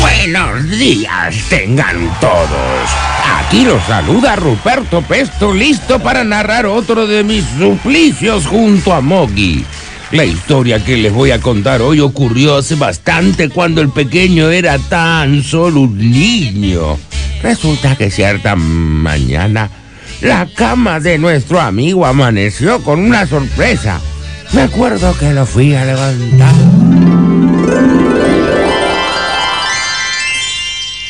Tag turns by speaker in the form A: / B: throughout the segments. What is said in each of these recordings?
A: Buenos días tengan todos. Aquí los saluda Ruperto Pesto, listo para narrar otro de mis suplicios junto a Mogi. La historia que les voy a contar hoy ocurrió hace bastante cuando el pequeño era tan solo un niño. Resulta que cierta mañana la cama de nuestro amigo amaneció con una sorpresa. Me acuerdo que lo fui a levantar.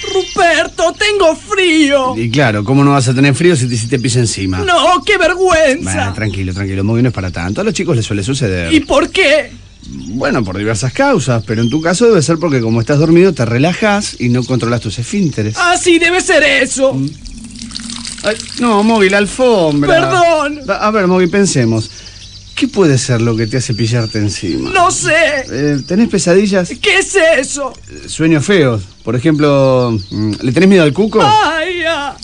B: Ruperto, tengo frío.
C: Y claro, ¿cómo no vas a tener frío si te, si te pisa encima?
B: No, qué
C: Bah,
B: vergüenza.
C: tranquilo, tranquilo, Mogi no es para tanto. A los chicos les suele suceder.
B: ¿Y por qué?
C: Bueno, por diversas causas, pero en tu caso debe ser porque como estás dormido te relajas y no controlas tus esfínteres.
B: Ah, sí, debe ser eso.
C: Ay, no, Mogi, la alfombra.
B: Perdón.
C: Da- A ver, Mogi, pensemos. ¿Qué puede ser lo que te hace pillarte encima?
B: No sé.
C: Eh, ¿Tenés pesadillas?
B: ¿Qué es eso?
C: ¿Sueños feos? Por ejemplo, mm, ¿le tenés miedo al cuco?
B: Ay, ah,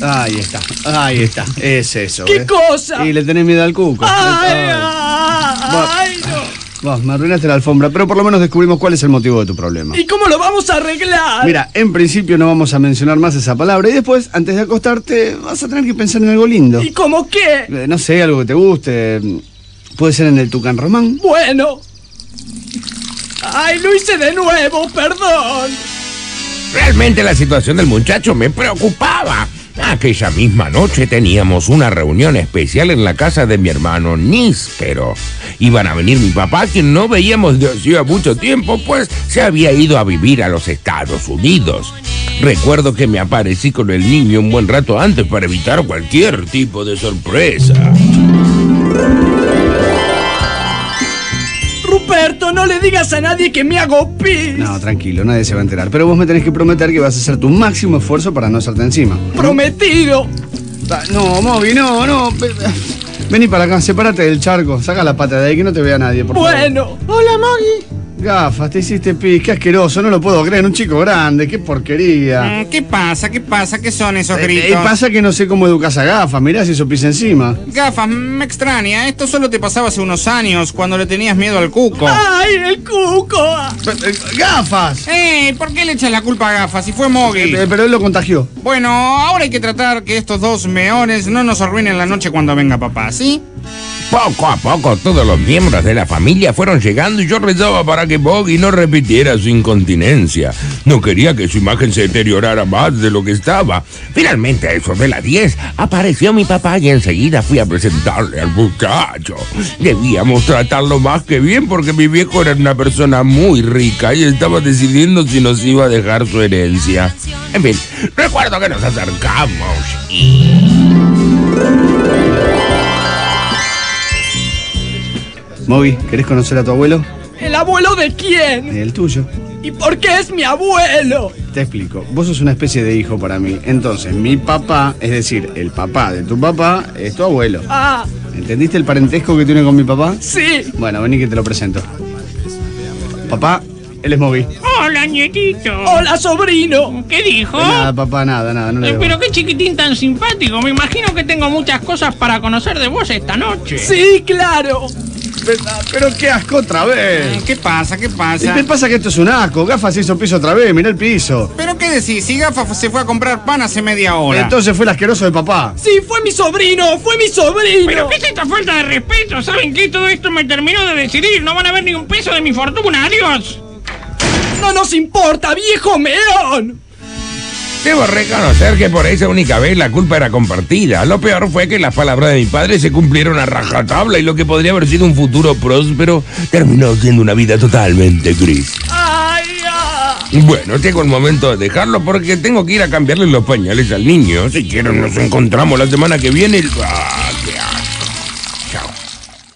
C: Ahí está, ahí está. Es eso.
B: ¿Qué
C: ¿eh?
B: cosa?
C: Y le tenés miedo al cuco.
B: ay,
C: Ay.
B: ah, ay, no.
C: Vos, me arruinaste la alfombra, pero por lo menos descubrimos cuál es el motivo de tu problema.
B: ¿Y cómo lo vamos a arreglar?
C: Mira, en principio no vamos a mencionar más esa palabra y después, antes de acostarte, vas a tener que pensar en algo lindo.
B: ¿Y cómo qué?
C: Eh, no sé, algo que te guste. Puede ser en el Tucán Román.
B: Bueno. Ay, lo hice de nuevo, perdón.
A: Realmente la situación del muchacho me preocupaba. Aquella misma noche teníamos una reunión especial en la casa de mi hermano Níspero. Iban a venir mi papá, quien no veíamos de hacía mucho tiempo, pues se había ido a vivir a los Estados Unidos. Recuerdo que me aparecí con el niño un buen rato antes para evitar cualquier tipo de sorpresa.
B: Ruperto, no le digas a nadie que me hago pis.
C: No, tranquilo, nadie se va a enterar. Pero vos me tenés que prometer que vas a hacer tu máximo esfuerzo para no hacerte encima.
B: Prometido.
C: Ah, No, Moby, no, no. Ve- Vení para acá, sepárate del charco. Saca la pata de ahí que no te vea nadie, por favor.
B: Bueno. Hola, Maggie.
C: Gafas, te hiciste pis, qué asqueroso, no lo puedo creer, un chico grande, qué porquería.
D: Mm, ¿Qué pasa? ¿Qué pasa? ¿Qué son esos
C: Ah, Eh,
D: gritos?
C: eh, pasa que no sé cómo educas a gafas, mirá si hizo pis encima.
D: Gafas, me extraña. Esto solo te pasaba hace unos años, cuando le tenías miedo al cuco.
C: Ah.
B: Ay, el cuco.
C: Pero, eh, ¡Gafas!
D: ¡Ey! Eh, ¿Por qué le echas la culpa a Gafas? Si fue Mogi.
C: Eh, pero él lo contagió.
D: Bueno, ahora hay que tratar que estos dos meones no nos arruinen la noche cuando venga papá, ¿sí?
A: Poco a poco todos los miembros de la familia fueron llegando y yo rezaba para que Boggy no repitiera su incontinencia. No quería que su imagen se deteriorara más de lo que estaba. Finalmente, a eso de las 10, apareció mi papá y enseguida fui a presentarle al muchacho. Debíamos tratarlo más que bien porque mi viejo era una persona muy rica y estaba decidiendo si nos iba a dejar su herencia. En fin, recuerdo que nos acercamos y...
C: Moby, ¿querés conocer a tu abuelo?
B: ¿El abuelo de quién?
C: Eh, El tuyo.
B: ¿Y por qué es mi abuelo?
C: Te explico, vos sos una especie de hijo para mí. Entonces, mi papá, es decir, el papá de tu papá, es tu abuelo.
B: Ah,
C: ¿Entendiste el parentesco que tiene con mi papá?
B: sí.
C: Bueno, vení que te lo presento. Papá, él es Moby.
E: Hola, nietito.
B: Hola, sobrino.
E: ¿Qué dijo?
C: Nada, papá, nada, nada, no le
E: Eh,
C: debo.
E: ¿Oh? pero qué chiquitín tan simpático. Me imagino que tengo muchas cosas para conocer de vos esta noche.
B: Sí, claro.
C: Pero qué asco otra
D: Eh,
C: vez.
D: ¿Qué pasa? ¿Qué
C: ¿Qué
D: pasa?
C: te pasa que esto es un asco? Gafas hizo piso otra vez, mirá el piso.
D: ¿Pero qué decís? Si Gafas se fue a comprar pan hace media hora.
C: Entonces fue el asqueroso de papá.
B: Sí, fue mi sobrino. Fue mi sobrino.
E: Pero qué es esta falta de respeto. ¿Saben qué? Todo esto me terminó de decidir. No van a ver ni un peso de mi fortuna. Adiós.
B: No nos importa, viejo meón.
A: Debo reconocer que por esa única vez la culpa era compartida. Lo peor fue que las palabras de mi padre se cumplieron a rajatabla y lo que podría haber sido un futuro próspero terminó siendo una vida totalmente gris.
B: Ay, ah.
A: Bueno, llegó el momento de dejarlo porque tengo que ir a cambiarle los pañales al niño. Si quieren nos encontramos la semana que viene. Ah.